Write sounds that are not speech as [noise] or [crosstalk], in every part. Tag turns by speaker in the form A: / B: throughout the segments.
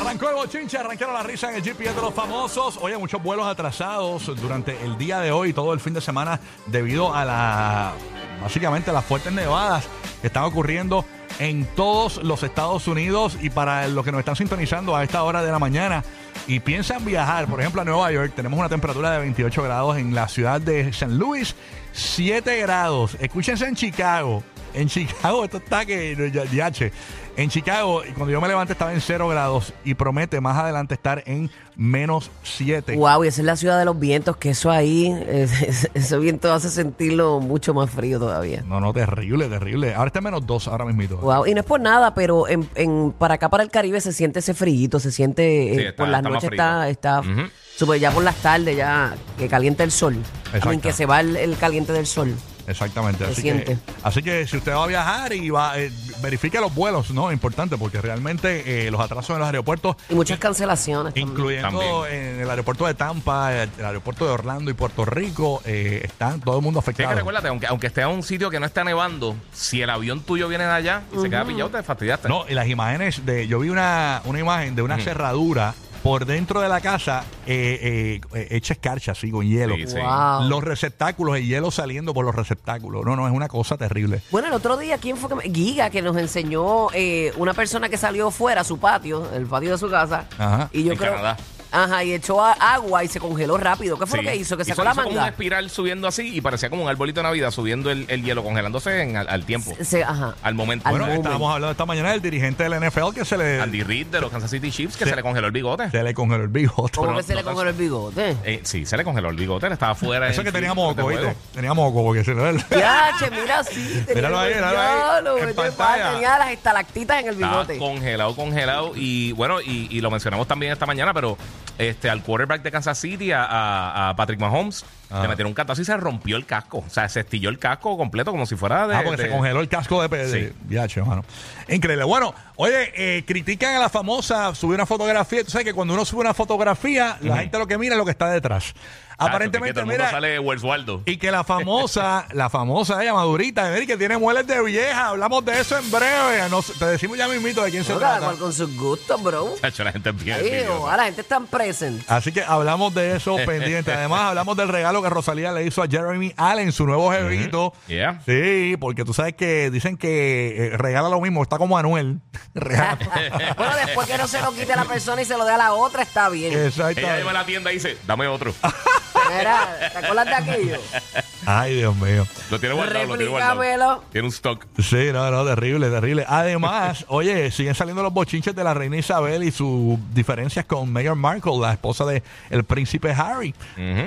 A: Arrancó el bochinche, arrancaron la risa en el GPS de los famosos. Oye, muchos vuelos atrasados durante el día de hoy y todo el fin de semana debido a la básicamente a las fuertes nevadas que están ocurriendo en todos los Estados Unidos y para los que nos están sintonizando a esta hora de la mañana y piensan viajar, por ejemplo, a Nueva York, tenemos una temperatura de 28 grados en la ciudad de St. Louis, 7 grados. Escúchense en Chicago. En Chicago, esto está que ya- ya, che. En Chicago, y cuando yo me levanté estaba en 0 grados y promete más adelante estar en menos 7.
B: Este.
C: Wow, y esa es la ciudad de los vientos, que eso ahí, es- [laughs] ese viento hace sentirlo mucho más frío todavía.
A: No, no, terrible, terrible. Ahora está en menos 2 ahora mismito.
C: Wow, y no es por nada, pero en, en- para acá, para el Caribe, se siente ese frío, se siente eh,
B: Sí, está-
C: por las
B: está más
C: noches,
B: frito.
C: está, está súper ya por las tardes, ya que calienta el sol.
A: Exacto.
C: En que se va el, el caliente del sol.
A: Exactamente.
C: Se
A: Así que,
C: siente.
A: así que si usted va a viajar y va, eh, verifique los vuelos, ¿no? Importante, porque realmente eh, los atrasos en los aeropuertos,
C: Y muchas cancelaciones. también.
A: incluyendo
B: También.
A: en el aeropuerto de Tampa, el, el aeropuerto de Orlando y Puerto Rico, eh, están todo el mundo
B: Sí, es
A: afectado.
B: que recuérdate, aunque, aunque esté a un sitio que no está nevando, si el avión tuyo viene de allá y se queda pillado, te fastidiaste.
A: no, y las imágenes de. Yo vi una, una imagen de una cerradura por dentro de la casa eh, eh, eh, hecha escarcha, así, con hielo.
B: Sí, sí.
C: Wow.
A: Los receptáculos, el hielo saliendo por los receptáculos. No, no, es una cosa terrible.
C: Bueno, el otro día, ¿quién fue que me... Giga, que nos enseñó eh, una persona que salió fuera a su patio, el patio de su casa.
A: Ajá.
C: Y yo
B: En
C: creo...
B: Canadá.
C: Ajá, y echó a- agua y se congeló rápido. ¿Qué fue
B: Sí.
C: lo que hizo? Que
B: Hizo-
C: sacó la
B: hizo como una
C: manga.
B: espiral subiendo así y parecía como un arbolito de Navidad subiendo el, el hielo, congelándose en- al, al tiempo,
C: Se- ajá.
B: al momento.
C: Al
A: Bueno,
C: momento.
A: estábamos hablando esta mañana del dirigente del NFL que se le.
B: Andy Reid de los Kansas City Chiefs que
A: Sí.
B: se le congeló el bigote.
A: Se le congeló el bigote.
C: ¿Cómo
B: Pero
C: que se
B: no
C: le
B: tan-
C: congeló el
B: [laughs]
C: bigote?
B: Eh, sí, se le congeló el bigote, él estaba fuera.
A: Eso es que tenía
B: teníamos
A: moco, ¿viste? Tenía moco, porque se
C: [laughs]
A: le
C: Ya, che, mira, sí.
B: [laughs]
C: tenía
A: Míralo ahí,
C: el-
A: míralo ahí,
C: diablo,
A: en
C: este
A: pantalla.
C: pan Tenía las estalactitas en el
B: Está
C: bigote.
B: congelado, congelado. Y bueno, y, y lo mencionamos también esta mañana, pero este al quarterback de Kansas City, a, a- a Patrick Mahomes,
A: Ah.
B: le metieron un cantazo y se rompió el casco. O sea, se estilló el casco completo como si fuera de.
A: Ah, porque
B: de-
A: se congeló el casco de, pe- de-
B: Este, Sí.
A: ya, che, mano. Increíble. Bueno, oye, eh, critican a la famosa, subir una fotografía. Tú sabes que cuando uno sube una fotografía, la gente lo que mira es lo que está detrás.
B: Ah, que todo
A: Aparentemente,
B: el mundo
A: mira.
B: sale Welsualdo.
A: Y que la
B: [laughs]
A: famosa, la famosa ella, Madurita, mira, y que tiene muelas de vieja. Hablamos de eso en breve. Nos- te decimos ya mismito de quién se
C: No, cada
A: trata.
C: cual con sus gustos, bro.
B: Chacho, la gente es bien
C: Ay,
A: oh,
B: envidiosa.
C: ojalá, la gente está en present.
A: Así que hablamos de
B: [laughs]
A: eso pendiente. Además, hablamos del regalo que Rosalía le hizo a Jeremy Allen, su nuevo jevito.
B: Yeah.
A: Sí, porque tú sabes que dicen que eh, regala lo mismo, está como Anuel. [laughs] regala.
C: [laughs]
B: [laughs]
C: bueno, después que no se lo quite a la persona y se lo dé a la otra, está
B: [laughs]
C: bien.
B: Ella lleva a
A: Exactamente.
B: la tienda y dice, dame otro.
C: Mira, ¿te acuerdas de aquello?
A: Ay, Dios mío.
B: Lo tiene guardado, lo tiene guardado.
C: Replicámelo.
B: Tiene un stock.
A: Sí, no, no, terrible, terrible.
B: [laughs]
A: Además, oye, siguen saliendo los bochinches de la reina Isabel y sus diferencias con Meghan Markle, la esposa del el príncipe Harry.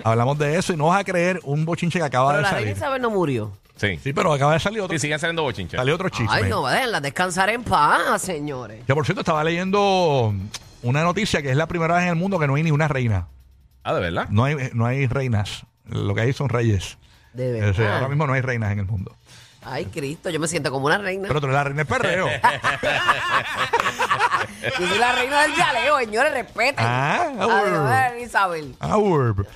A: Hablamos de eso y no vas a creer un bochinche que acaba
C: Pero
A: de
C: la
A: salir.
C: reina Isabel no murió.
B: Sí.
A: Sí, pero acaba de salir otro,
B: Sí, siguen saliendo bochinches.
A: salió otro chisme.
C: Ay, no, déjenla descansar en paz, señores.
A: Yo, por cierto, estaba leyendo una noticia que es la primera vez en el mundo que no hay ni una reina.
B: Ah, de verdad.
A: No hay, no hay reinas. Lo que hay son reyes.
C: De
A: O sea, ahora
C: verdad.
A: mismo no hay reinas en el mundo.
C: Ay, Cristo, yo me siento como una reina.
A: Pero tú eres la reina del
C: [laughs]
A: perreo.
C: Yo soy la reina del yaleo, señores, respeten.
A: Ah,
C: A la reina Isabel.
A: Ah, urb. Bueno,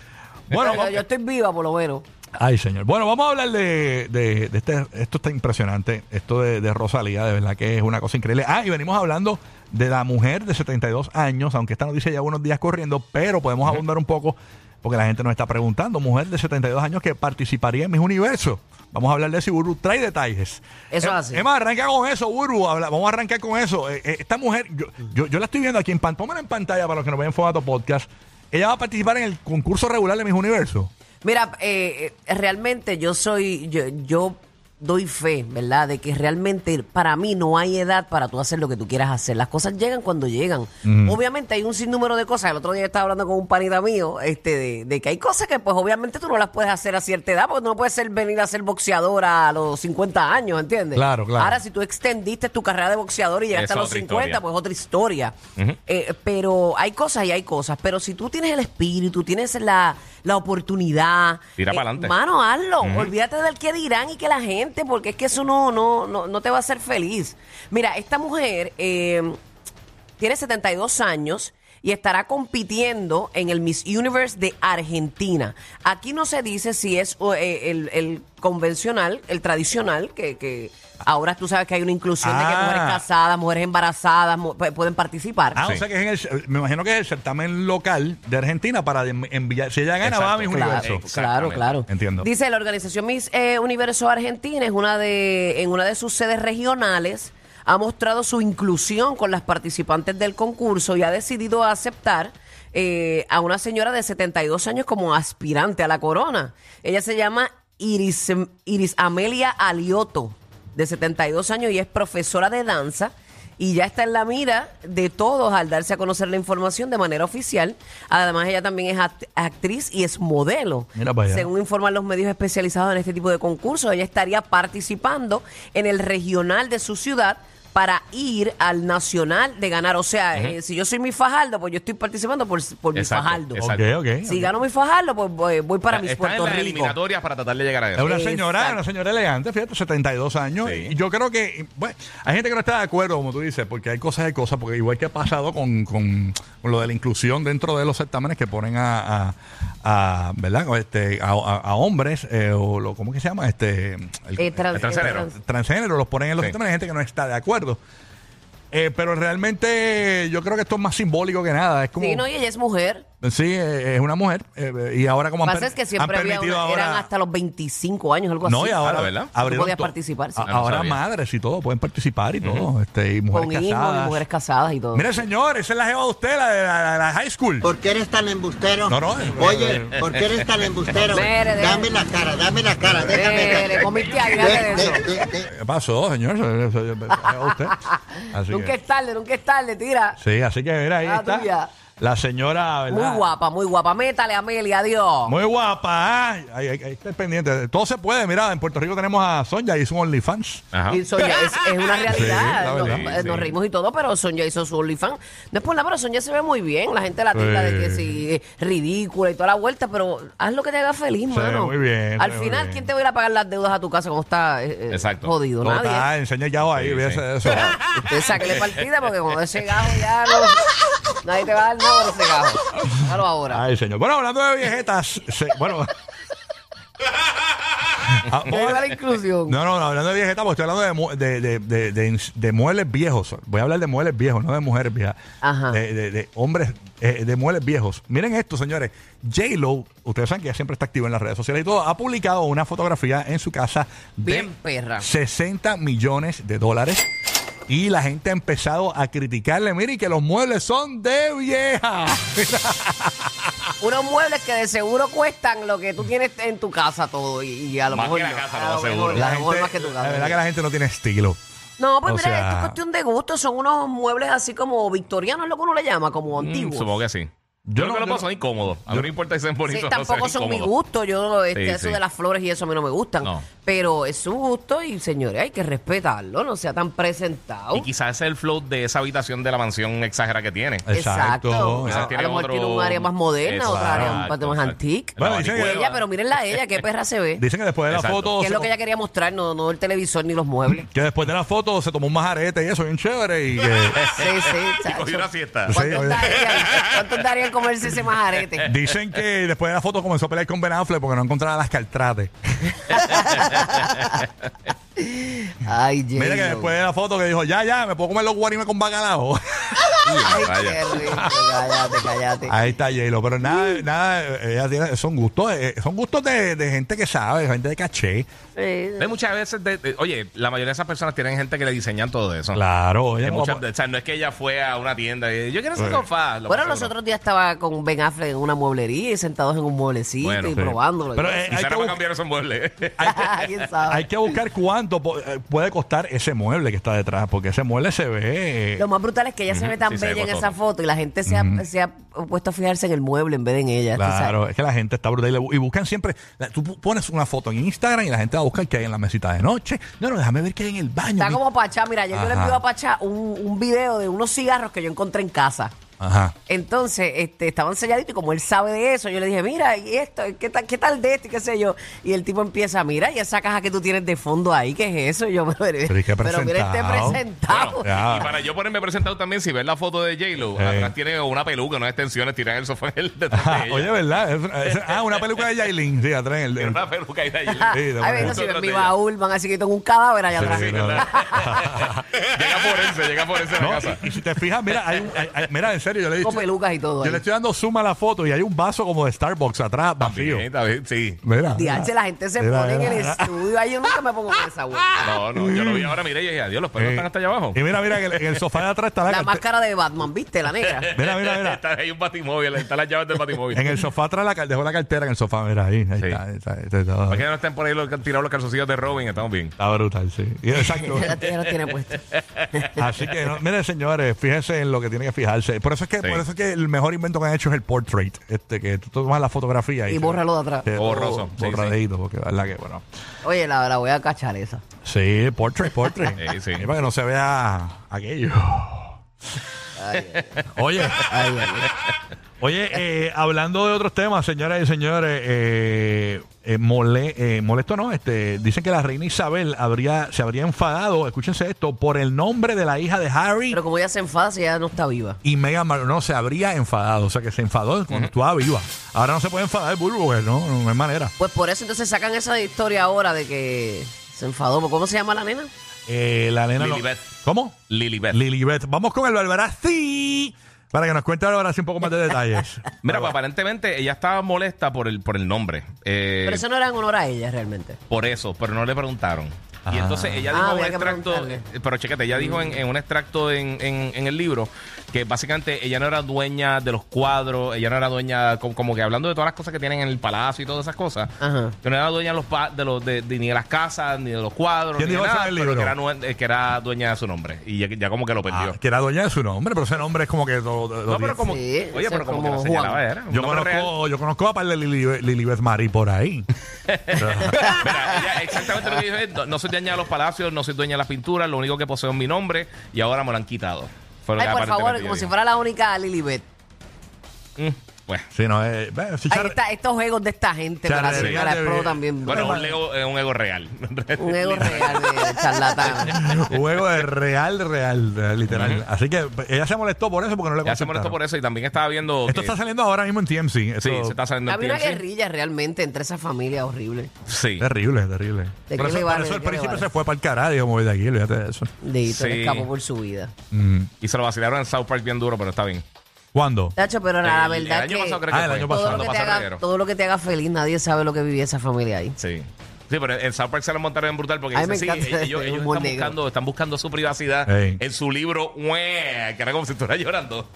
C: Pero yo
A: vamos-
C: estoy viva, por lo menos.
A: ay, señor. Bueno, vamos a hablar de, de- de este. Esto está impresionante. Esto de, de Rosalía, de verdad que es una cosa increíble. Ah, y venimos hablando de la mujer de 72 años, aunque esta noticia lleva unos días corriendo, pero podemos abundar un poco porque la gente nos está preguntando. Mujer de 72 años que participaría en mis universos. Vamos a hablar de eso y Buru trae detalles.
C: Eso
A: Em-
C: hace.
A: Emma, arranca con eso, Buru. habla- vamos a arrancar con eso. Eh, eh, esta mujer, yo, yo- yo la estoy viendo aquí en pantalla. Pónganla en pantalla para los que nos ven en formato podcast. Ella va a participar en el concurso regular de mis universos.
C: Mira, eh, eh, realmente yo soy, yo, yo doy fe, ¿verdad? De que realmente para mí no hay edad para tú hacer lo que tú quieras hacer. Las cosas llegan cuando llegan. Obviamente hay un sinnúmero de cosas. El otro día estaba hablando con un panita mío, este, de, de que hay cosas que pues obviamente tú no las puedes hacer a cierta edad, porque tú no puedes ser, venir a ser boxeadora a los 50 años, ¿entiendes?
A: Claro, claro.
C: Ahora, si tú extendiste tu carrera de boxeador y llegaste
B: Esa
C: a los
B: otra
C: 50,
B: historia.
C: pues es otra historia. Eh, pero hay cosas y hay cosas. Pero si tú tienes el espíritu, tienes la, la oportunidad. eh,
B: Tira pa'lante.
C: Mano, hazlo. Olvídate del que dirán y que la gente, porque es que eso no, no, no, no te va a hacer feliz. Mira, esta mujer eh, tiene 72 años y estará compitiendo en el Miss Universe de Argentina. Aquí no se dice si es o, eh, el, el convencional, el tradicional, que, que ahora tú sabes que hay una inclusión de que
A: Ah.
C: mujeres casadas, mujeres embarazadas mu- pu- pueden participar.
A: Ah, o
B: Sí.
A: sea que es en el, me imagino que es el certamen local de Argentina para de- enviar. Si ella gana, va a mi
B: Exacto,
A: universo.
C: Claro, claro,
B: Exactamente.
C: claro.
A: Entiendo.
C: Dice la organización Miss eh, Universo Argentina es una de en una de sus sedes regionales ha mostrado su inclusión con las participantes del concurso y ha decidido aceptar eh, a una señora de 72 años como aspirante a la corona. Ella se llama Iris, Iris Amelia Alioto, de 72 años y es profesora de danza y ya está en la mira de todos al darse a conocer la información de manera oficial. Además, ella también es act- actriz y es modelo.
A: Mira para allá.
C: Según informan los medios especializados en este tipo de concursos, ella estaría participando en el regional de su ciudad para ir al nacional de ganar. O sea, eh, si yo soy mi Fajardo, pues yo estoy participando por, por mi
B: Exacto,
C: Fajardo.
B: exacto.
A: Ok, ok.
C: Si gano mi Fajardo, pues voy, voy para mis
B: Están
C: Puerto
B: en las
C: Rico.
B: eliminatorias para tratar de llegar a
A: Es
B: eso.
A: una señora,
C: Exacto.
A: una señora elegante, fíjate, 72 años.
B: Sí.
A: Y yo creo que, bueno, hay gente que no está de acuerdo, como tú dices, porque hay cosas de cosas, porque igual que ha pasado con, con- con lo de la inclusión dentro de los certámenes que ponen a, a- a, ¿verdad? O Este, a, a- a hombres, eh, o lo, ¿cómo es que se llama? Este, el-
C: Eh, tran-
B: El transgénero.
C: eh, trans-
A: transgénero, los ponen en los
B: Sí.
A: certámenes, hay gente que no está de acuerdo. Eh, pero realmente yo creo que esto es más simbólico que nada. Es como,
C: Sí, no, y ella es mujer.
A: Sí, eh, es una mujer. eh, y ahora como
C: Lo
A: han
C: que pasa
A: per-
C: es que
A: han
C: siempre había
A: permitido
C: una- eran
A: ahora-
C: hasta los 25 años, algo
A: no,
C: así.
A: y ahora,
B: Ah, ¿verdad?
A: abrieron
C: Tú podías
A: to-
C: participar, sí.
A: a-
B: Ah, no
A: ahora
B: sabía.
A: madres y todo pueden participar y todo. este, y mujeres
C: con hijos
A: casadas.
C: y mujeres casadas y todo.
A: Mire, señor, esa es la jeva de usted, la de la, la- la high school.
D: ¿Por qué eres tan embustero?
A: No, no.
D: Oye, ¿por qué eres tan embustero?
C: Mere, de-
D: Dame la cara, dame la cara, déjame
C: Eh,
D: ver.
C: le comiste ahí, dale de eso.
D: De- de- de-
A: ¿Qué pasó, señor? Es la jeva de usted.
C: [laughs]
A: Así
C: Nunca
A: que,
C: es tarde, nunca es tarde, tira.
A: sí, así que mira, ahí
C: Ah,
A: está.
C: tuya.
A: La señora, ¿verdad?
C: Muy guapa, muy guapa. Métale, Amelia, adiós.
A: Muy guapa. ah. Ahí, ahí- ahí está el pendiente. Todo se puede. Mira, en Puerto Rico tenemos a Sonja, hizo un OnlyFans.
B: Ajá.
C: Y Sonia es, es
A: [laughs]
C: una
A: la
C: realidad. nos,
A: verdad.
C: eh, nos
B: Sí.
C: reímos y todo, pero Sonia hizo su OnlyFans. No es por nada, pero Sonia se ve muy bien. La gente la tilda de que
A: Sí.
C: sí, eh, ridícula y toda la vuelta, pero haz lo que te haga feliz,
A: Se ve
C: mano.
A: muy bien, se
C: Al
A: ve muy
C: final,
A: bien.
C: ¿quién te va a ir a pagar las deudas a tu casa cuando está eh, eh,
B: Exacto.
C: jodido? Nadie.
A: Total, enseña ya ahí,
B: Sí,
A: ve
B: sí.
C: [laughs]
A: eso. [laughs]
C: Usted sáquele partida porque cuando ese gajo ya no. Nadie te va a dar nada por ese gajo. Hágalo ahora.
A: Ay, señor. Bueno, hablando de viejetas, se- bueno.
C: [laughs]
A: Ah,
C: ¿Cómo va la inclusión?
A: No, no, no, hablando de viejetas, porque estoy hablando de, mu- de, de, de, de- de muebles viejos. Voy a hablar de muebles viejos, no de mujeres viejas.
C: Ajá.
A: De, de- de hombres, eh, de muebles viejos. Miren esto, señores. J-Lo, ustedes saben que ella siempre está activa en las redes sociales y todo, ha publicado una fotografía en su casa de
C: Bien perra.
A: 60 millones de dólares. Y la gente ha empezado a criticarle, miren, que los muebles son de vieja.
C: Unos muebles que de seguro cuestan lo que tú tienes en tu casa todo y, y a lo
B: Más
C: mejor
B: que la
C: no.
B: casa,
C: A
B: lo
C: lo
B: más
C: mejor,
B: seguro.
C: a lo
A: La,
C: mejor
A: gente-
C: más que tu
A: la
C: casa.
A: verdad que la gente no tiene estilo.
C: No, pues
A: o
C: mira,
A: sea-
C: esto es cuestión de gusto. Son unos muebles así como victorianos, lo que uno le llama, como
B: Mm,
C: antiguos.
B: Supongo que sí. Yo
A: no-
B: creo que los
A: yo
B: dos son incómodos. A mí no importa si sean
C: Sí,
B: bonitos [laughs] o no sean
C: tampoco son mi
B: incómodos.
C: gusto. Yo, este,
B: Sí,
C: eso
B: sí.
C: de las flores y eso a mí no me gustan.
B: No.
C: Pero es su gusto y, señores, hay que respetarlo. No sea tan presentado.
B: Y quizás ese es el flow de esa habitación de la mansión exagera que tiene.
A: Ah, Exacto. Ah,
B: Quizás
C: A
B: tiene
C: lo mejor tiene
B: otro-
C: un área más moderna, otra área un
B: Exacto,
C: patio más
B: exacto.
C: antique.
A: Bueno,
B: La
A: dicen que-
B: baticueva.
C: Ella, pero mírenla a ella, qué perra se ve.
A: Dicen que después de la
B: Exacto.
A: foto.
C: Que es lo que ella quería mostrar, no, no el televisor ni los
B: [laughs]
C: muebles.
A: Que después de la foto se tomó un majarete y eso, bien chévere. Y que
C: Sí, sí,
B: Y cogió
C: chacho.
B: una siesta.
A: Sí.
C: ¿Cuánto
A: oye.
C: daría, ¿Cuánto daría en comerse ese majarete?
A: dicen que después de la foto comenzó a pelear con Ben Affleck porque no encontraba las caltrates.
C: Ay, J-Lo.
A: Mira que después de la foto que dijo, ya, ya, me puedo comer los guarimes con bacalao.
C: Ay,
B: Vaya.
C: qué rico. Cállate, cállate.
A: Ahí está J-Lo, pero nada, nada, ella tiene, son gustos, eh, son gustos de, de gente que sabe, gente de caché.
C: Sí.
B: Hay muchas veces, de- de- oye, la mayoría de esas personas tienen gente que le diseñan todo eso.
A: Claro,
B: Que
A: ella no
B: muchas-
A: va a-
B: o sea, no es que ella fue a una tienda y yo quiero ese
A: Sí.
B: sofá. lo
C: Bueno,
B: más
C: los
B: seguro.
C: otros días estaba con Ben Affleck en una mueblería y sentados en un mueblecito
B: Bueno,
C: y
B: sí.
C: probándolo.
A: Pero, eh,
B: Quizás
A: hay que
B: no va a
A: bus-
B: cambiar esos muebles. [laughs]
C: [laughs] ¿Quién sabe?
A: Hay que buscar cuánto po- eh, puede costar ese mueble que está detrás, porque ese mueble se ve. eh,
C: Lo más brutal es que ella se ve tan
B: Sí, se ve
C: bella en
B: guapota.
C: esa foto y la gente se ha, se ha puesto a fijarse en el mueble en vez de en ella. tú sabes.
A: Claro, es que la gente está brutal y, le bu- y buscan siempre. la- tú pu- pones una foto en Instagram y la gente va a buscar qué hay en la mesita de noche. No, no, déjame ver qué hay en el baño.
C: Está
A: ¿Qué-
C: como Pachá. Mira, ayer yo le
A: Ajá.
C: envío a Pachá un, un video de unos cigarros que yo encontré en casa.
A: Ajá.
C: Entonces, este, estaban selladitos y como él sabe de eso, yo le dije, mira, ¿y esto? ¿Qué tal, qué tal de esto? Y qué sé yo. Y el tipo empieza, mira, y esa caja que tú tienes de fondo ahí, ¿qué es eso? Y yo, [laughs] pero,
A: Pero, ¿y qué
C: mira, este
A: presentado?
C: presentado.
B: Bueno,
A: Ya.
B: Y para yo ponerme presentado también, si ves la foto de J-Lo,
A: Eh.
B: atrás tiene una peluca, unas extensiones, tiran el sofá en el detrás
A: Ajá,
B: de
A: [laughs]
B: ella.
A: Oye, ¿verdad? Es- es- ah, una peluca de Yailin. Sí, atrás en el.
B: Tiene
A: en-
B: una peluca ahí de J-Lo.
A: [laughs] Sí, de
C: Ay,
A: verdad.
C: bueno, si
B: Nosotros
C: ven mi
B: de
C: baúl, van así que tengo un cadáver allá
A: Sí,
C: atrás.
A: sí, no, no.
B: llega por ese, llega por ese a la
A: No,
B: casa.
A: y, y si te fijas, mira, hay un- hay- hay- mira, en serio, yo le he
C: Con
A: dicho-
C: pelucas y todo.
A: yo le estoy dando suma a la foto y hay un vaso como de Starbucks atrás vacío.
B: Bien, está bien, sí.
A: Mira.
C: Diache, la gente se
A: Mira,
C: pone en
A: mira,
C: el
A: mira.
C: estudio. Ay, yo nunca me pongo con esa
A: Ah,
C: vuelta.
B: No, no, yo lo vi ahora, mire, y dije, adiós, los perros
A: Eh,
B: están hasta allá abajo.
A: Y mira, mira, que en el- en el sofá de atrás está la,
C: La máscara de Batman, ¿viste?
A: [laughs]
C: La negra.
A: Mira, mira, mira.
B: Está ahí un batimóvil, están las llaves del batimóvil.
A: En el sofá atrás la, car- dejó la cartera en el sofá, mira ahí. ahí
B: Sí.
A: está, ahí está, ahí está, ahí está.
B: ¿Para que no estén por ahí los, tirados los calzoncillos de Robin? Estamos bien.
A: Está brutal, sí. Y
C: [laughs]
A: Exacto.
C: Ya la- ya la tiene puesta.
A: Así que, no, miren, señores, fíjense en lo que tienen que fijarse. Por eso es que,
B: Sí.
A: por eso es que el mejor invento que han hecho es el portrait. Este, que tú tomas la fotografía y,
C: Y bórralo de atrás.
A: te-
B: Borroso, sí,
A: borradito, porque la verdad que, bueno.
C: Oye, la, la voy a cachar esa.
A: Sí, portrait, portrait.
B: [laughs] Sí, sí.
A: Y Para que no se vea aquello. Oye, oye, eh, hablando de otros temas, señoras y señores, eh, eh, mole- eh, molesto no, este, dicen que la reina Isabel habría, se habría enfadado, escúchense esto, por el nombre de la hija de Harry
C: Pero como ella se enfada, si ella no está viva.
A: y Meghan Markle. No, se habría enfadado, o sea que se enfadó cuando estaba viva. Ahora no se puede enfadar el burro, porque no, no hay manera.
C: Pues por eso entonces sacan esa historia ahora de que se enfadó. ¿Cómo se llama la nena?
A: Eh, la nena no-
B: Lilibet.
A: ¿Cómo?
B: Lilibet.
A: Lilibet. Vamos con el Barbarazzi para que nos cuente el Barbarazzi un poco más de
B: [laughs]
A: detalles. Ah,
B: Mira, pues, aparentemente ella estaba molesta por el, por el nombre. Eh,
C: Pero eso no era en honor a ella realmente.
B: Por eso, pero no le preguntaron. Y
A: Ah.
B: entonces ella
C: Ah,
B: dijo en un
C: había que
B: extracto,
C: preguntarle. Mm.
B: eh, pero chécate, ella dijo en, en un extracto en, en- en el libro que básicamente ella no era dueña de los cuadros, ella no era dueña, como, como que hablando de todas las cosas que tienen en el palacio y todas esas cosas,
C: Ajá.
B: que no era dueña de los, pa- de los de, de- ni de las casas, ni de los cuadros,
A: ¿Quién
B: ni de
A: dijo eso
B: nada,
A: en el
B: pero que
A: libro?
B: era, nue- eh, que era dueña de su nombre. Y ya, ya como que lo perdió.
A: Ah, que era dueña de su nombre, pero ese nombre es como que. lo- lo-
B: no,
A: lo-
B: pero como,
C: Sí,
B: oye,
C: eso
B: pero
C: es
B: como, que
C: como
B: la señalaba,
C: Juan.
B: era un
A: yo,
B: nombre real.
A: conozco, yo conozco a par de Lilibet, Lilibet Mari por
B: [laughs]
A: ahí.
B: Mira, ella exactamente lo que dijo es, no, no soy dueña de los palacios, no soy dueña de las pinturas, lo único que poseo es mi nombre y ahora me lo han quitado. Fue lo
C: Ay,
B: que
C: por favor,
B: aparentemente
C: como si
B: ella
C: fuera la única Lilibet.
B: dijo. Mm, bueno.
A: sí, no, eh, eh, sí,
C: Ahí
A: char-
C: está, estos juegos de esta gente, pero la
A: Charrería
C: señora
A: de-
C: es pro también.
B: Bueno, un ego, eh, un ego real. [laughs]
C: un ego real de
A: [laughs]
C: charlatán.
A: Juego de real, real, real, literal. Así que eh, ella se molestó por eso porque no le
B: ya se molestó
A: contestaron.
B: por eso y también estaba viendo.
A: Esto
B: que-
A: está saliendo ahora mismo en TMC. Esto-
B: Sí, se está saliendo en
C: Había una
B: TMZ.
C: guerrilla realmente entre esa familia horrible.
B: Sí.
A: Terrible, terrible.
C: ¿De
A: Por
C: qué
A: eso,
C: le
A: por
C: vale?
A: eso el
C: ¿De qué le
A: príncipe
C: vale?
A: se fue para el carajo, dijo, "Me voy de aquí, olvídate de eso.
C: De
B: Sí.
C: escapó por su vida.
A: Mm.
B: Y se lo vacilaron en South Park bien duro, pero está bien.
A: ¿Cuándo?
C: Tacho, pero la
B: El- el
C: verdad
B: año
C: que,
B: pasado creo
A: Ah,
B: que
A: el
B: fue,
A: año
C: todo,
A: pasado.
C: lo
B: cuando
C: que te
B: pasa
C: haga,
B: Reguero.
C: todo lo que te haga feliz, nadie sabe lo que vivía esa familia ahí.
B: Sí. Sí, pero en South Park se lo montaron bien brutal porque
C: Ay, me
B: dicen, sí,
C: encanta
B: ellos,
C: ese [laughs]
B: ellos están,
C: humor negro.
B: buscando, están buscando su privacidad
A: Ey.
B: en su libro, ¡Ué! que era como si estuviera
C: [laughs]
B: llorando.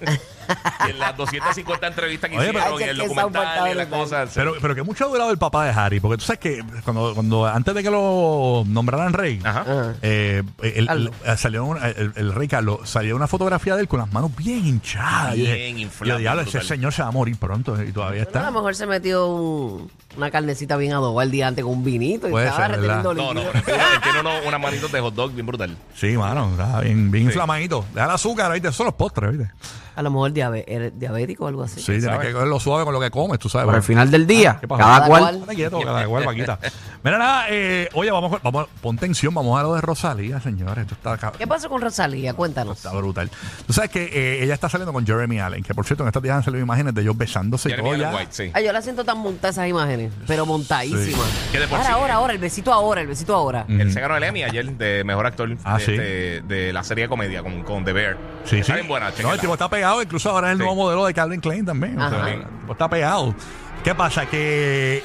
B: en las 250 entrevistas que
A: Oye, pero-
B: hicieron,
C: Ay,
B: y
C: que
B: el
C: es que South
B: documental
C: Park
B: y las
C: está
B: cosas.
A: Pero, pero que mucho ha durado el papá de Harry, porque tú sabes que cuando, cuando antes de que lo nombraran rey,
B: Ajá.
E: Ah.
C: Ajá.
A: eh, el,
C: Carlos.
A: el- salió un- el, el rey Carlos salió una fotografía de él con las manos bien hinchadas. Yo dije,
B: Bien infladas,
A: yo, diablo, ese
B: brutal.
A: señor se va a morir pronto eh, y todavía
C: Pero a
A: está.
C: lo mejor se metió un- una carnecita bien adobada el día antes con un vinito y
A: Puede
C: estaba
A: ser,
C: reteniendo
B: No, no,
C: líquido.
B: pero él tiene- él tiene uno- unas manitos de hot dog bien
A: [laughs]
B: brutal.
A: Sí, mano, está bien, bien
B: Sí.
A: inflamadito. Deja el azúcar, ¿viste? Esos son los postres, ¿viste?
C: A lo mejor diabe- eres diabético o algo así.
A: Sí, tienes
B: sabe.
A: que cogerlo suave con lo que comes, tú sabes.
E: Por el final del día,
A: ¿Qué pasó?
E: cada
C: Cada
E: cual
C: cual.
A: Estate quieto, cada cual, Paquita. Mira, nada, eh, oye, vamos, con- vamos, pon tensión, vamos a lo de Rosalía, señores. Esto está, cab-
C: ¿Qué pasó con Rosalía? Cuéntanos.
A: está brutal. Tú sabes que eh, ella está saliendo con Jeremy Allen, que por cierto, en estos días han salido imágenes de ellos besándose y
B: Jeremy
A: todo.
B: Allen
A: ya.
B: White, sí.
C: Ay, yo la siento tan montada esas imágenes, pero montadísima.
B: Que de por
C: Ahora,
B: sí-
C: ahora, ahora, el besito ahora, el besito ahora.
A: Mm.
B: Él se ganó el Emmy ayer de mejor actor
A: Ah,
B: de,
A: sí.
B: este- de la serie de comedia con, con The Bear.
A: Sí, sí.
B: Está bien buena,
A: no,
B: chéquenla.
A: el tipo está pegado, incluso ahora es el
B: Sí.
A: nuevo modelo de Calvin Klein también. O
C: Ajá.
A: sea, el tipo está pegado. ¿Qué pasa? Que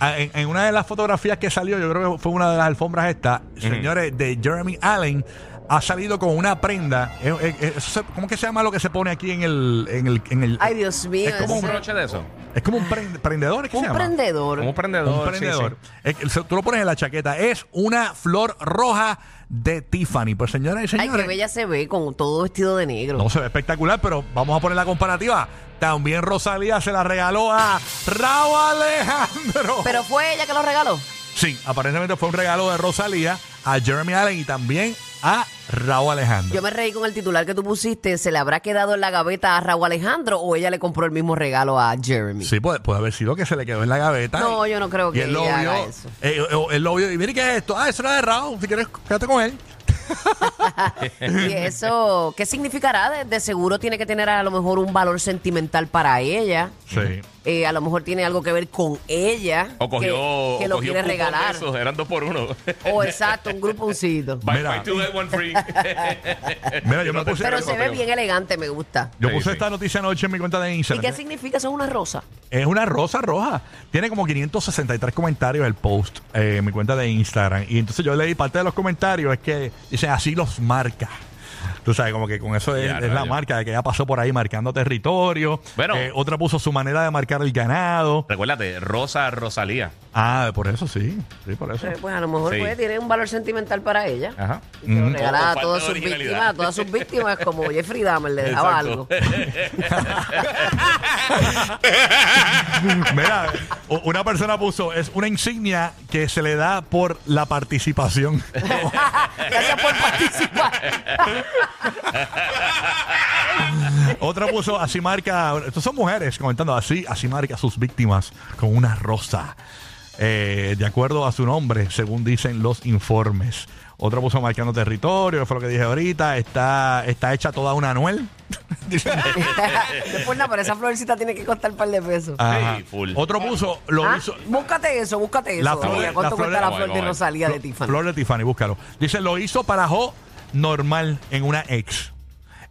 A: a- en, en una de las fotografías que salió, yo creo que fue una de las alfombras estas, señores, de Jeremy Allen, ha salido con una prenda. Eh, eh, eh, eso se- ¿Cómo que se llama lo que se pone aquí en el. En el, en el
C: Ay, Dios mío.
A: Es como
B: ¿Cómo un
C: ese-
B: broche de eso?
A: Es como un prende- prendedor, ¿es que
C: un
A: se llama?
C: prendedor.
B: Como un prendedor.
A: Un
B: sí,
A: prendedor.
B: sí.
A: Es que se- tú lo pones en la chaqueta. Es una flor roja de Tiffany. Pues señoras y
C: Ay,
A: señores.
C: qué bella se ve con todo vestido de negro.
A: No se ve espectacular, pero vamos a poner la comparativa. También Rosalía se la regaló a Raúl Alejandro.
C: Pero fue ella que lo regaló.
A: sí, aparentemente fue un regalo de Rosalía a Jeremy Allen y también a Raúl Alejandro.
C: Yo me reí con el titular que tú pusiste. ¿Se le habrá quedado en la gaveta a Raúl Alejandro o ella le compró el mismo regalo a Jeremy?
A: Sí, puede, puede haber sido que se le quedó en la gaveta.
C: No,
A: y-
C: yo no creo
A: y
C: que
A: él lo
C: ella
A: vio,
C: haga eso.
A: eh, o- él lo vio y mire qué es esto. Ah, eso era de Raúl. Si quieres, quédate con él.
C: [laughs] ¿Y eso qué significará? De, de seguro tiene que tener a lo mejor un valor sentimental para ella.
A: Sí.
C: Eh, a lo mejor tiene algo que ver con ella.
B: O cogió.
C: que-
B: o
C: que, lo
B: cogió
C: quiere
B: cupón de
C: regalar.
B: esos, eran dos por
C: [laughs]
B: uno.
C: O exacto, un
B: [laughs]
C: gruponcito.
B: Buy,
A: Mira.
B: buy two, get one free.
A: Mira, yo me puse.
C: Pero se ve
B: pero-
C: bien elegante, me gusta.
A: Yo
B: Sí,
A: puse
B: sí.
A: esta noticia anoche en mi cuenta de
C: ¿Y
A: Instagram.
C: qué significa? Son una rosa.
A: Es una rosa roja. Tiene como 563 comentarios el post eh, en mi cuenta de Instagram. Y entonces yo leí parte de los comentarios, es que dicen así los marca. Tú sabes, como que con eso es,
B: Ya,
A: es la
B: rayo.
A: marca de que ya pasó por ahí marcando territorio.
B: Bueno.
A: Eh, otra puso su manera de marcar el ganado.
B: [laughs] Recuérdate, Rosa Rosalía.
A: Ah, por eso sí. Sí, por eso.
C: Eh, Pues a lo mejor
B: Sí.
C: puede tiene un valor sentimental para ella.
B: Ajá.
C: Y que lo
B: Mm. O- o
C: regalaba a
B: falta
C: todas
B: de
C: sus
B: originalidad.
C: víctimas, a todas sus víctimas, como Jeffrey Dahmer le dejaba
B: [laughs]
C: algo.
A: [laughs] Mira, u- una persona puso, es una insignia que se le da por la
B: [laughs]
A: participación.
C: Gracias por [laughs] participar.
A: Otra puso, así marca, estos son mujeres comentando, así, así marca a sus víctimas con una rosa. Eh, de acuerdo a su nombre, según dicen los informes. Otra puso marcando territorio, que fue lo que dije ahorita. Está, está hecha toda una Anuel. [laughs]
C: Después, nada, pero esa florcita tiene que costar un par de pesos.
A: Ajá.
B: full.
A: Otro puso, lo
C: Ah,
A: hizo.
C: Búscate eso, búscate eso.
A: La flor-
C: Daniela.
A: la
C: ¿Cuánto
A: flor-
C: cuesta la
B: no,
C: flor
B: no,
C: de
B: no.
C: Rosalía de Tiffany?
A: Flor de Tiffany, búscalo. Dice, lo hizo para Jo normal en una ex.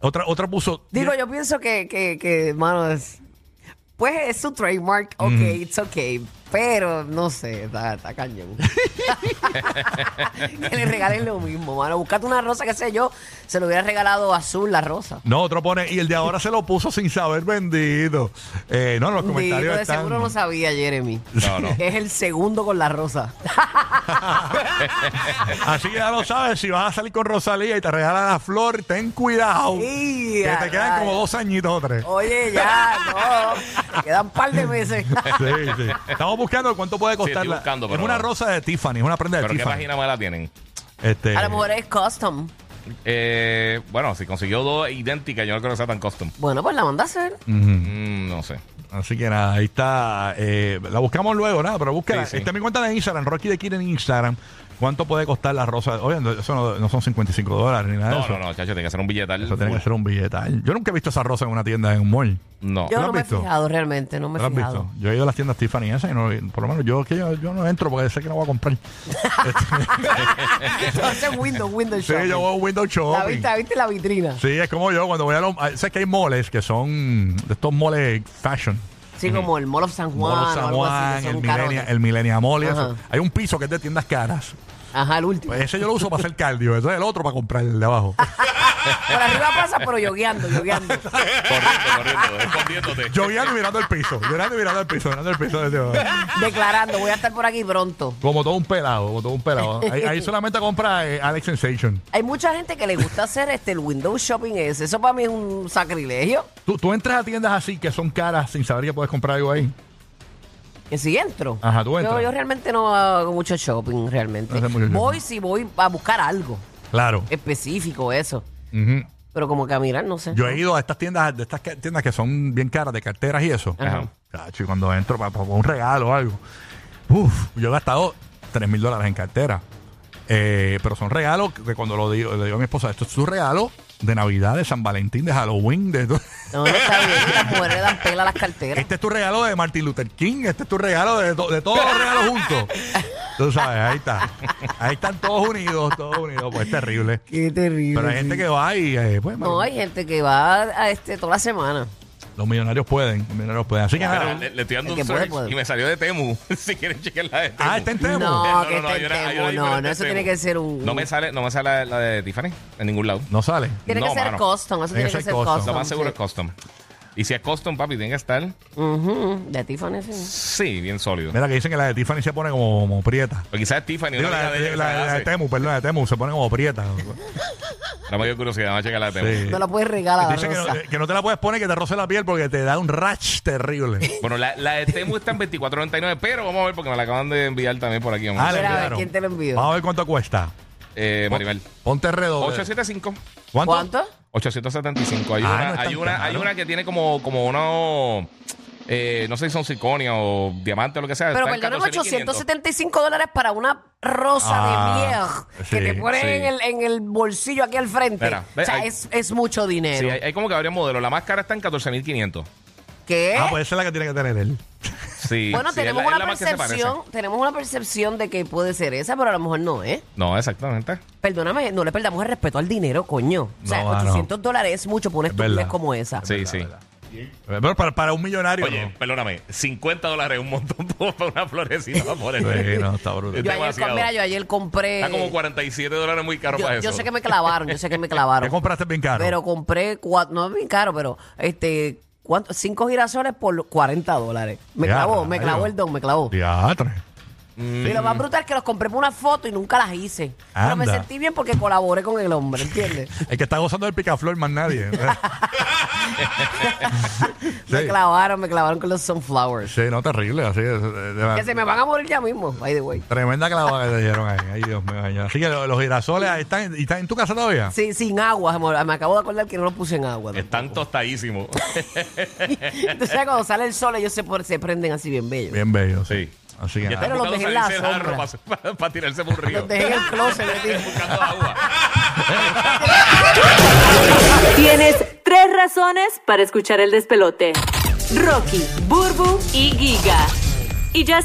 A: Otra, otra puso.
C: Digo, yo pienso que, que, que hermano, es- pues es su trademark, ok, it's ok, pero no sé, está, está
A: [laughs]
C: cañón. que le regalen lo mismo, mano. Buscate una rosa, qué sé yo, se lo hubiera regalado azul la rosa.
A: No, otro pone, y el de ahora se lo puso sin saber vendido. Eh, no, los
C: Digo,
A: comentarios
C: de
A: están...
C: seguro no sabía, Jeremy.
B: No, no.
C: Es el segundo con la rosa.
A: Así que ya lo sabes, si vas a salir con Rosalía y te regala la flor, ten cuidado. [laughs] que
C: Y,
A: te
C: ay,
A: quedan como dos añitos o tres.
C: Oye, ya, no. Quedan un par
A: [laughs]
C: de meses.
A: [laughs] Sí, sí. Estamos buscando cuánto puede
B: estoy
A: costar. la-
B: buscando,
A: es
B: pero
A: una
B: no.
A: rosa de Tiffany, es una prenda de
B: ¿Pero qué
A: Tiffany.
B: página más la tienen?
A: Este,
C: A lo mejor es custom.
B: Eh, bueno, si consiguió dos idénticas, yo no creo que sea tan custom.
C: Bueno, pues la manda a hacer.
A: ujú.
B: Mm, no sé.
A: Así que nada, ahí está. eh, la buscamos luego, nada, pero búscala.
B: Sí, sí.
A: Está en mi cuenta de Instagram, Rocky de Kid en Instagram. ¿Cuánto puede costar la rosa? Oye, no- eso no, no son 55 dólares ni nada de
B: No,
A: Ah, eso.
B: no, no, chacho, tiene que ser un billetal.
A: Eso tiene que ser un billetal. Yo nunca he visto esa rosa en una tienda en un mall.
B: No.
C: Yo
A: ¿Lo has
C: no me he
A: visto?
C: fijado realmente, no me
A: ¿Lo
C: he
A: has
C: fijado. [laughs]
A: visto? Yo he ido a las tiendas Tiffany esas y no, por lo menos yo, que yo, yo no entro porque sé que no voy a comprar.
C: Entonces Windows, Windows
A: Sí,
C: Shopping.
A: yo voy a un Windows
C: la
A: Shopping.
C: viste, la viste la vitrina.
A: Sí, es como yo cuando voy a los... a- Sé que hay moles que son de estos moles fashion.
C: Sí, como el Mall of San Juan.
A: Mall of
C: o
A: San
C: algo así,
A: Juan,
C: que
A: el
C: son
A: Millennium,
C: carotes.
A: el Millennium Mall y
C: Ajá.
A: eso. Hay un piso que es de tiendas caras.
C: Ajá, el último.
A: Pues ese yo lo uso para hacer cardio. Ese es el otro para comprar el de abajo.
C: Por arriba pasa, pero yogueando,
A: [laughs]
C: yogueando.
B: Corriendo, corriendo, [laughs] escondiéndote.
A: Yo guiando y mirando el piso. Mirando y mirando el piso. Mirando el piso. desde abajo.
C: declarando, voy a estar por aquí pronto.
A: Como todo un pelado. Como todo un [laughs] pelado. Ahí, ahí solamente compra eh, Alex Sensation.
C: Hay mucha gente que le gusta hacer este el window shopping ese. Eso para mí es un sacrilegio.
A: Tú, tú entras a tiendas así que son caras sin saber que puedes comprar algo ahí.
C: Que si entro.
A: Ajá, tú entras.
C: Yo, yo realmente no hago mucho shopping, realmente.
A: No haces mucho
C: voy
A: shopping.
C: si voy a buscar algo
A: Claro.
C: Eh, específico, eso.
A: Ujú.
C: Pero como caminar, no sé.
A: Yo he ido a estas tiendas, de estas ca- tiendas que son bien caras de carteras y eso.
C: Ah.
B: Ajá.
A: Chacho, y cuando entro para un regalo o algo. Uf, yo he gastado 3 mil dólares en cartera. Eh, pero son regalos que cuando lo digo, le digo a mi esposa, esto es su regalo de Navidad, de San Valentín, de Halloween, de todo.
C: No, no está bien. Las mujeres le dan pela a las carteras.
A: Este es tu regalo de Martin Luther King, este es tu regalo de, to- de todos los regalos
C: [laughs]
A: juntos. Tú sabes, ahí está. Ahí están todos unidos, todos unidos. Pues es terrible.
C: Qué terrible.
A: Pero hay gente que va y eh, pues,
C: No, hay gente que va a este toda la semana.
A: los millonarios pueden, los millonarios pueden. Así que ah, nada.
B: Pero le, le estoy dando
C: El que
B: un
C: puede,
B: search
C: puede.
B: y me salió de Temu. [laughs] si quieren chequear la de Temu.
A: Ah, está en
C: No,
A: Temu.
B: No,
C: que
B: no, no,
C: está en
B: yo era- yo
C: Temu, no,
B: era diferente
C: no, eso
B: Temu.
C: tiene que ser un...
B: No me sale, no me sale la, la de Tiffany en ningún lado.
A: No sale.
C: tiene
B: no,
C: que ser
B: mano.
C: custom, eso
A: Tiene
C: tiene
A: que
C: que
A: ser
C: ser
A: custom.
C: custom.
B: Lo más seguro es
C: sí.
B: custom. Y si es custom, papi, tiene que estar,
C: Ujú, De Tiffany, sí.
B: sí, bien sólido.
A: Mira que dicen que la de Tiffany se pone como, como prieta.
B: O quizás es Tiffany.
A: Digo,
B: una
A: la,
B: amiga de ella
A: de-
B: que
A: la-
B: se
A: la de
B: hace.
A: Temu, perdón, la de Temu se pone como prieta.
B: La mayor curiosidad, vamos a checar la de Temu.
A: Sí.
C: No la puedes regalar a la
A: Dicen que
C: rosa.
A: no, que no te la puedes poner que te roce la piel porque te da un rash
C: [laughs]
A: terrible.
B: Bueno, la, la de Temu está en 24.99, pero vamos a ver porque me la acaban de enviar también por aquí. vamos a
A: Ah, le
B: ver.
C: Mira, a ver,
A: enviaron.
C: ¿quién te lo envió?
A: Vamos a ver cuánto cuesta.
B: eh, Maribel.
A: Ponte redoble.
B: 875.
A: ¿Cuánto?
C: ¿Cuánto?
B: Pues, 875. Hay
A: Ah,
B: una,
A: no es
B: hay
A: tan
B: una,
A: caro.
B: hay una que tiene como, como uno. eh, no sé si son circonia o diamante o lo que sea.
C: Pero
B: está en
C: perdóname,
B: 14.500.
C: 875 dólares para una rosa
A: Ah,
C: de miel que
A: sí,
C: te ponen
B: sí.
C: en, el, en el bolsillo aquí al frente.
B: Espera, ve,
C: o sea,
B: hay-
C: es, es mucho
B: Sí,
C: dinero.
B: hay, hay como que varios modelos. La más cara está en 14.500.
C: ¿Qué?
A: Ah, pues esa es la que tiene que tener él.
B: Sí.
C: [laughs] bueno,
B: sí, es
C: tenemos
B: la- es
C: una
B: la más que se parece.
C: percepción, tenemos una percepción de que puede ser esa, pero a lo mejor no, ¿eh?
B: No, exactamente.
C: Perdóname, no le perdamos el respeto al dinero, coño. O sea,
A: No, ah, no.
C: 800 dólares es mucho por una
A: Es
C: estupidez
A: verdad.
C: como esa.
B: Sí, sí.
A: Pero para, para un millonario.
B: Oye,
A: no.
B: perdóname, 50 dólares es un montón [laughs] para una florecita, amor.
A: Sí,
C: Eh.
A: no, está
C: [laughs]
A: brutal.
C: Yo ayer,
B: demasiado.
C: com- mira, yo ayer compré...
B: Está como 47 dólares muy caro
C: yo,
B: para eso.
C: yo sé que me clavaron, yo sé que me
A: [laughs]
C: clavaron.
A: ¿Qué compraste bien caro?
C: Pero compré cuatro, no es bien caro, pero este, ¿cuánto? cinco girasoles por 40 dólares. Me
A: Ya,
C: clavó, me
A: rayo.
C: clavó el don, me clavó.
A: Diatre.
C: Y lo más brutal es que los compré por una foto y nunca las hice. Pero me
A: Anda.
C: sentí bien porque colaboré con el hombre, ¿entiendes?
A: El que está gozando del picaflor más
C: [laughs]
A: nadie.
C: Me
A: Sí.
C: clavaron, me clavaron con los sunflowers.
A: Sí, no, terrible. Así, es, de- de-
C: Que se me van a morir ya mismo, by the way.
A: Tremenda clavada que te dieron ahí. Ay, Dios mío, señor. Así que lo- los girasoles ahí están, y están en tu casa todavía.
C: Sí, sin agua, Ah, me, me acabo de acordar que no los puse en agua.
B: Están
C: tampoco.
B: tostadísimos.
C: Entonces cuando sale el sol ellos se, por- se prenden así bien bellos.
A: Bien bello.
B: Sí.
A: Así que
B: Ya
A: nada.
C: Pero los dejé en la
B: buscando salirse del
C: sombra.
B: jarro para, para- para tirarse por un río.
C: Los dejé en el closet.
B: [laughs]
C: los dejé.
B: Buscando agua.
E: Tienes tres razones para escuchar el despelote. Rocky, Burbu y Giga. Y ya está.